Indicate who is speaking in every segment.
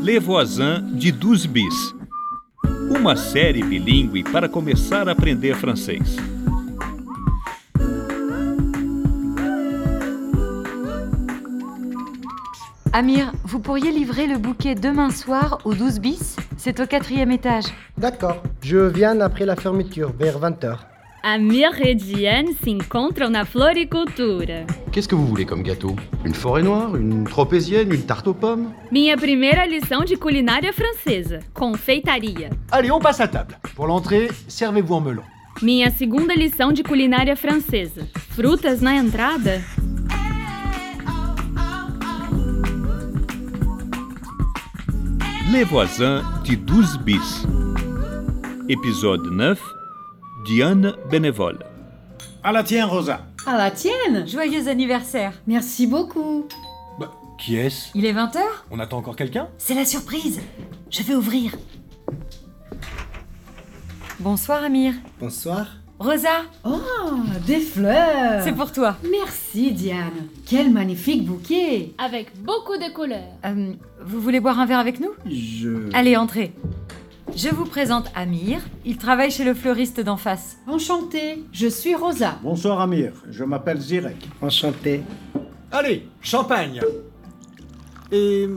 Speaker 1: Levoisin de Douze Bis. Uma série bilíngue para começar a aprender francês.
Speaker 2: Amir, vous pourriez livrer le bouquet demain soir au 12 bis C'est au quatrième étage.
Speaker 3: D'accord, je viens après la fermeture, vers 20h.
Speaker 4: Amir et Diane se encontram na floricultura.
Speaker 5: Qu'est-ce que vous voulez comme gâteau Une forêt noire, une tropézienne, une tarte aux pommes
Speaker 4: Minha primeira lição de culinária francesa, confeitaria.
Speaker 6: Allez, on passe à table. Pour l'entrée, servez-vous en melon.
Speaker 4: Minha segunda lição de culinária francesa, frutas na entrada.
Speaker 1: Les voisins de 12 bis. Épisode 9. Diane bénévole.
Speaker 7: À la tienne, Rosa.
Speaker 8: À Ah, la tienne
Speaker 2: Joyeux anniversaire
Speaker 8: Merci beaucoup.
Speaker 7: Bah, qui est-ce
Speaker 2: Il est 20h
Speaker 7: On attend encore quelqu'un
Speaker 2: C'est la surprise Je vais ouvrir. Bonsoir Amir.
Speaker 3: Bonsoir.
Speaker 2: Rosa,
Speaker 8: Oh, des fleurs
Speaker 2: c'est pour toi.
Speaker 8: Merci Diane. Quel magnifique bouquet
Speaker 4: Avec beaucoup de couleurs.
Speaker 2: Euh, vous voulez boire un verre avec nous
Speaker 3: Je.
Speaker 2: Allez, entrez. Je vous présente Amir. Il travaille chez le fleuriste d'en face.
Speaker 8: Enchantée, je suis Rosa.
Speaker 7: Bonsoir, Amir. Je m'appelle Zirek.
Speaker 3: Enchanté.
Speaker 6: Allez, champagne Et.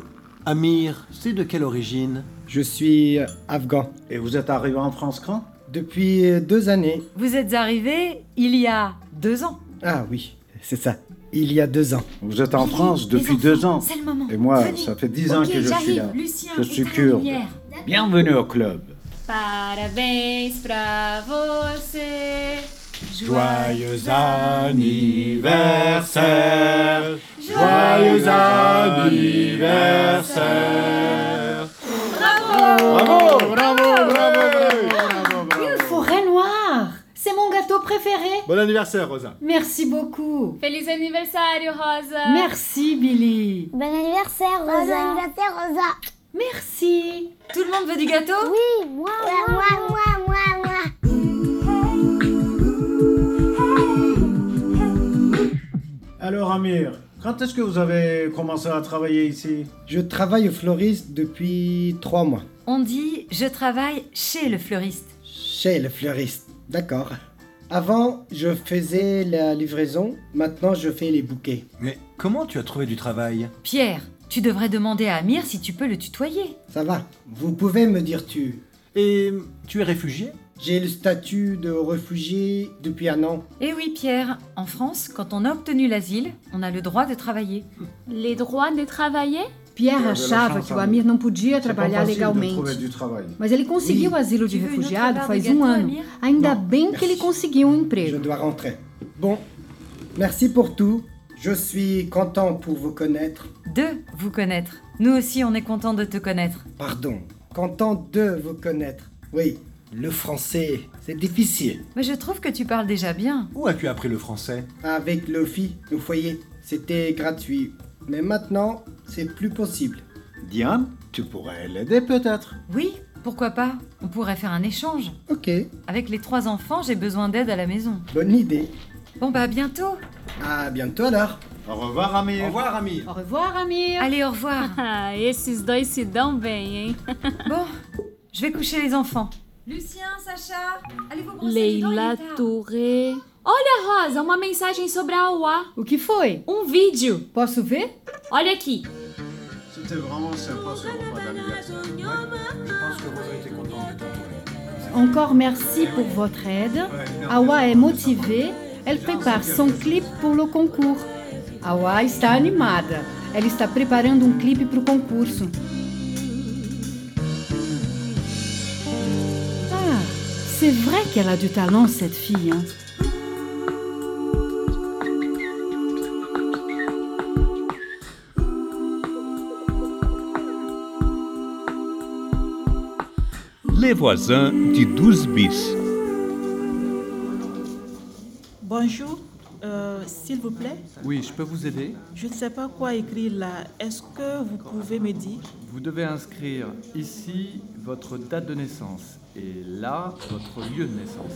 Speaker 6: Amir, c'est de quelle origine
Speaker 3: Je suis euh, afghan.
Speaker 7: Et vous êtes arrivé en France quand
Speaker 3: Depuis euh, deux années.
Speaker 2: Vous êtes arrivé il y a deux ans.
Speaker 3: Ah oui, c'est ça. Il y a deux ans.
Speaker 7: Vous êtes en France depuis deux ans.
Speaker 2: C'est le moment.
Speaker 7: Et moi,
Speaker 2: Venez.
Speaker 7: ça fait dix ans
Speaker 2: Ok,
Speaker 7: que je suis
Speaker 2: j'arrive.
Speaker 7: là.
Speaker 2: Lucien,
Speaker 7: Je suis
Speaker 2: éteins la
Speaker 7: kurde.
Speaker 2: lumière.
Speaker 7: Bienvenue au club.
Speaker 4: Parabéns pra você.
Speaker 7: Joyeux anniversaire Joyeux anniversaire Bravo Bravo, bravo, bravo,
Speaker 8: Une forêt noire C'est mon gâteau préféré
Speaker 6: Bon anniversaire, Rosa.
Speaker 8: Merci beaucoup.
Speaker 4: Feliz aniversário, Rosa.
Speaker 8: Merci Billy.
Speaker 9: Bon anniversaire, Rosa. Bon anniversaire, Rosa.
Speaker 8: Merci.
Speaker 2: Tout le monde veut du gâteau
Speaker 9: Oui, moi, moi, moi, moi, moi.
Speaker 7: Alors Amir, quand est-ce que vous avez commencé à travailler ici
Speaker 3: Je travaille au fleuriste depuis trois mois.
Speaker 2: On dit je travaille chez le fleuriste.
Speaker 3: Chez le fleuriste. D'accord. Avant, je faisais la livraison. Maintenant, je fais les bouquets.
Speaker 6: Mais comment tu as trouvé du travail
Speaker 2: Pierre, tu devrais demander à Amir si tu peux le tutoyer.
Speaker 3: Ça va. Vous pouvez me dire tu.
Speaker 6: Et tu es réfugié
Speaker 3: J'ai le statut de réfugié depuis un an.
Speaker 2: Eh oui, Pierre, en France, quand on a obtenu l'asile, on a le droit de travailler.
Speaker 4: Les droits de travailler?
Speaker 8: Pierre
Speaker 7: Eu
Speaker 8: achava
Speaker 7: relaxava.
Speaker 8: que o Amir não podia
Speaker 7: hein, C'est pas
Speaker 8: trabalhar
Speaker 7: facile de trouver
Speaker 8: legalmente.
Speaker 7: du travail.
Speaker 8: Mas ele conseguiu o asilo de
Speaker 2: Tu veux une autre
Speaker 8: refugiado
Speaker 2: barre de
Speaker 8: faz
Speaker 2: gâteau,
Speaker 8: um ano.
Speaker 2: Amir
Speaker 8: Ainda
Speaker 3: Não,
Speaker 8: bem que ele
Speaker 3: merci.
Speaker 8: conseguiu um
Speaker 3: Je
Speaker 8: emprego.
Speaker 3: dois rentrer. Bon, merci pour tout. Je suis content pour vous connaître.
Speaker 2: De vous connaître. Nous aussi, on est content de te connaître.
Speaker 3: Pardon, content de vous connaître. Oui, le français, c'est difficile.
Speaker 2: Mais je trouve que tu parles déjà bien.
Speaker 6: Où as-tu appris le français
Speaker 3: Avec Lofi, au foyer, c'était gratuit. Mais maintenant, c'est plus possible.
Speaker 7: Diane, tu pourrais l'aider peut-être
Speaker 2: Oui, pourquoi pas On pourrait faire un échange.
Speaker 3: Ok,
Speaker 2: Avec les trois enfants, j'ai besoin d'aide à la maison.
Speaker 3: bonne idée.
Speaker 2: Bon bah à bientôt.
Speaker 3: À bientôt alors.
Speaker 7: Au revoir Amir.
Speaker 6: Au revoir, Amir.
Speaker 8: Au revoir, Amir.
Speaker 2: Allez, au revoir.
Speaker 4: Ah, esses dois se dão bem, hein?
Speaker 2: Bon, je vais coucher les enfants.
Speaker 10: Lucien, Sacha, allez vous brosser les dents,
Speaker 4: Leila
Speaker 10: il est tard.
Speaker 4: Touré. Olha, Rosa, uma mensagem sobre a UA.
Speaker 8: O que foi?
Speaker 4: Um vídeo.
Speaker 8: Posso ver?
Speaker 4: Olha aqui.
Speaker 7: C'était vraiment sympa ce repas d'anniversaire. Ouais. Je pense que vous avez été content de ton
Speaker 8: Encore merci pour votre aide. Awa est motivée. Elle prépare son clipe pour le concours. Awa está animada. Ela está preparando um clipe para o concurso. Ah, c'est vrai qu'elle a du talent, cette fille. hein.
Speaker 1: Les voisins de 12 bis.
Speaker 10: Bonjour, euh, s'il vous plaît,
Speaker 11: Oui, je peux vous aider.
Speaker 10: je ne sais pas quoi écrire là. Est-ce que vous pouvez me dire
Speaker 11: Vous devez inscrire ici votre date de naissance Et là, votre lieu de naissance.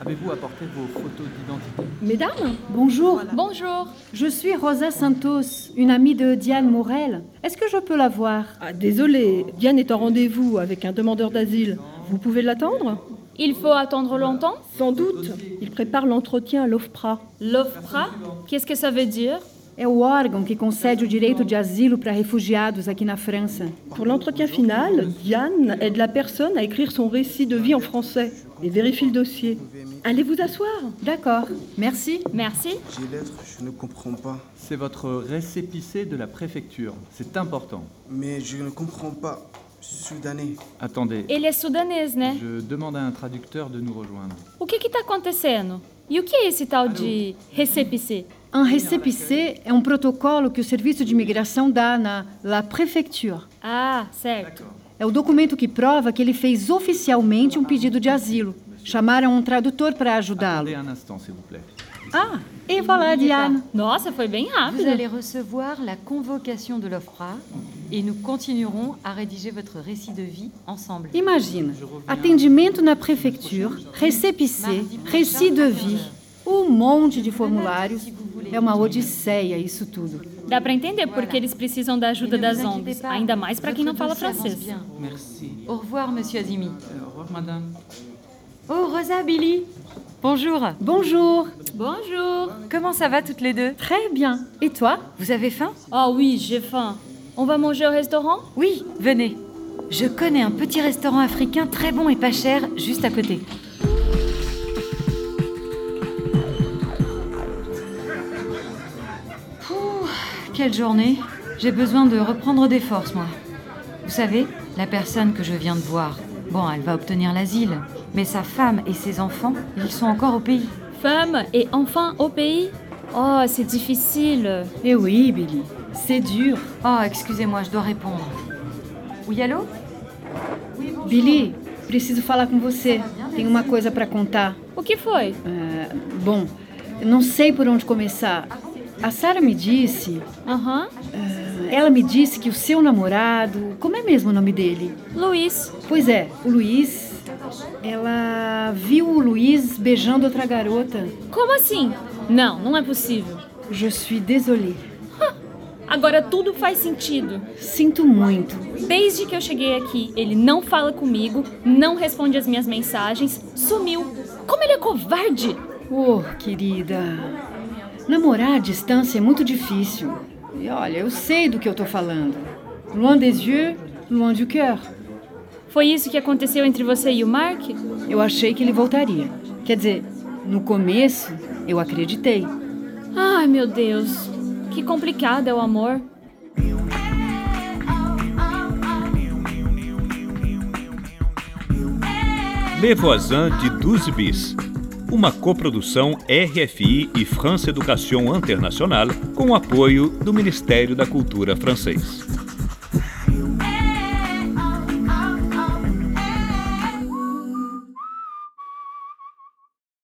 Speaker 11: Avez-vous apporté vos photos d'identité
Speaker 8: Mesdames, bonjour.
Speaker 4: Bonjour.
Speaker 8: Je suis Rosa Santos, une amie de Diane Morel. Est-ce que je peux la voir
Speaker 12: Ah, désolé, Diane est en rendez-vous avec un demandeur d'asile. Vous pouvez l'attendre
Speaker 4: Il faut attendre longtemps
Speaker 12: Sans doute. Il prépare l'entretien à l'OFPRA.
Speaker 4: L'OFPRA Qu'est-ce que ça veut dire
Speaker 8: É o órgão que concede o direito de asilo para refugiados aqui na França.
Speaker 12: Pour l'entretien final, Diane aide la personne à écrire son récit de vie en français et vérifie le dossier. Allez vous asseoir.
Speaker 8: D'accord. Merci.
Speaker 4: Merci.
Speaker 11: J'ai lettre, je ne comprends pas. C'est votre récépissé de la préfecture. C'est important.
Speaker 13: Mais je ne comprends pas. Soudanais.
Speaker 11: Attendez.
Speaker 4: Ele é sudanês, né?
Speaker 11: Je demande à un traducteur de nous rejoindre.
Speaker 4: O que que tá acontecendo? E o que é esse tal de recepicê?
Speaker 8: Um récépissé é um protocolo que o Serviço de Imigração dá na La Préfecture.
Speaker 4: Ah, certo.
Speaker 8: É o documento que prova que ele fez oficialmente um pedido de asilo. Chamaram um tradutor para ajudá-lo.
Speaker 11: Attendez un instant, s'il vous plaît.
Speaker 8: Ah, et voilà Diane.
Speaker 4: Nossa, foi bem
Speaker 2: Vous
Speaker 4: rápido.
Speaker 2: allez recevoir la convocation de l'OFPRA et nous continuerons à rédiger votre récit de vie ensemble.
Speaker 8: Imagina, atendimento na prefeitura, récépissé, récit de vie, um monte de formulários. É uma odisseia isso tudo.
Speaker 4: Dá pra entender porque eles precisam da ajuda das ONGs, ainda mais pra quem não fala
Speaker 2: Votre dossier avance
Speaker 4: francês.
Speaker 2: bien.
Speaker 11: Merci. Euh,
Speaker 2: Au revoir, monsieur Azimi.
Speaker 11: Au revoir, madame.
Speaker 2: Oh, Rosa, Billy. Bonjour.
Speaker 8: Bonjour.
Speaker 4: Bonjour.
Speaker 2: Comment ça va toutes les deux
Speaker 8: Très bien. Et toi
Speaker 2: Vous avez faim
Speaker 4: Ah oui, j'ai faim. On va manger au restaurant
Speaker 2: Oui, venez. Je connais un petit restaurant africain très bon et pas cher, juste à côté. Pouh, quelle journée. J'ai besoin de reprendre des forces, moi. Vous savez, la personne que je viens de voir, bon, elle va obtenir l'asile, mais sa femme et ses enfants, ils sont encore au pays.
Speaker 4: Femme et enfants au pays Oh, c'est difficile.
Speaker 8: Eh oui, Billy, é c'est dur.
Speaker 2: Oh, excusez-moi, je dois répondre. Oui, allô Oui, bonjour.
Speaker 8: Billy, preciso falar com você. Tenho uma coisa para contar.
Speaker 4: O que foi?
Speaker 8: É, bom, não sei por onde começar. A Sara me disse,
Speaker 4: Aham.
Speaker 8: ela me disse que o seu namorado, como é mesmo o nome dele?
Speaker 4: Luiz.
Speaker 8: Pois é, o Luiz. Ela viu o Luiz beijando outra garota.
Speaker 4: Como assim? Não, não é possível.
Speaker 8: Je suis désolée.
Speaker 4: Agora tudo faz sentido.
Speaker 8: Sinto muito.
Speaker 4: Desde que eu cheguei aqui, ele não fala comigo, não responde as minhas mensagens, sumiu. Como ele é covarde!
Speaker 8: Oh, querida. Namorar à distância é muito difícil. E olha, eu sei do que eu tô falando. Loin des yeux, loin du cœur.
Speaker 4: Foi isso que aconteceu entre você e o Mark?
Speaker 8: Eu achei que ele voltaria. Quer dizer, no começo, eu acreditei.
Speaker 4: Ai, meu Deus. Que complicado é o amor.
Speaker 1: Le Voisin de 12 Bis, uma coprodução RFI e France Education Internacional com o apoio do Ministério da Cultura francês.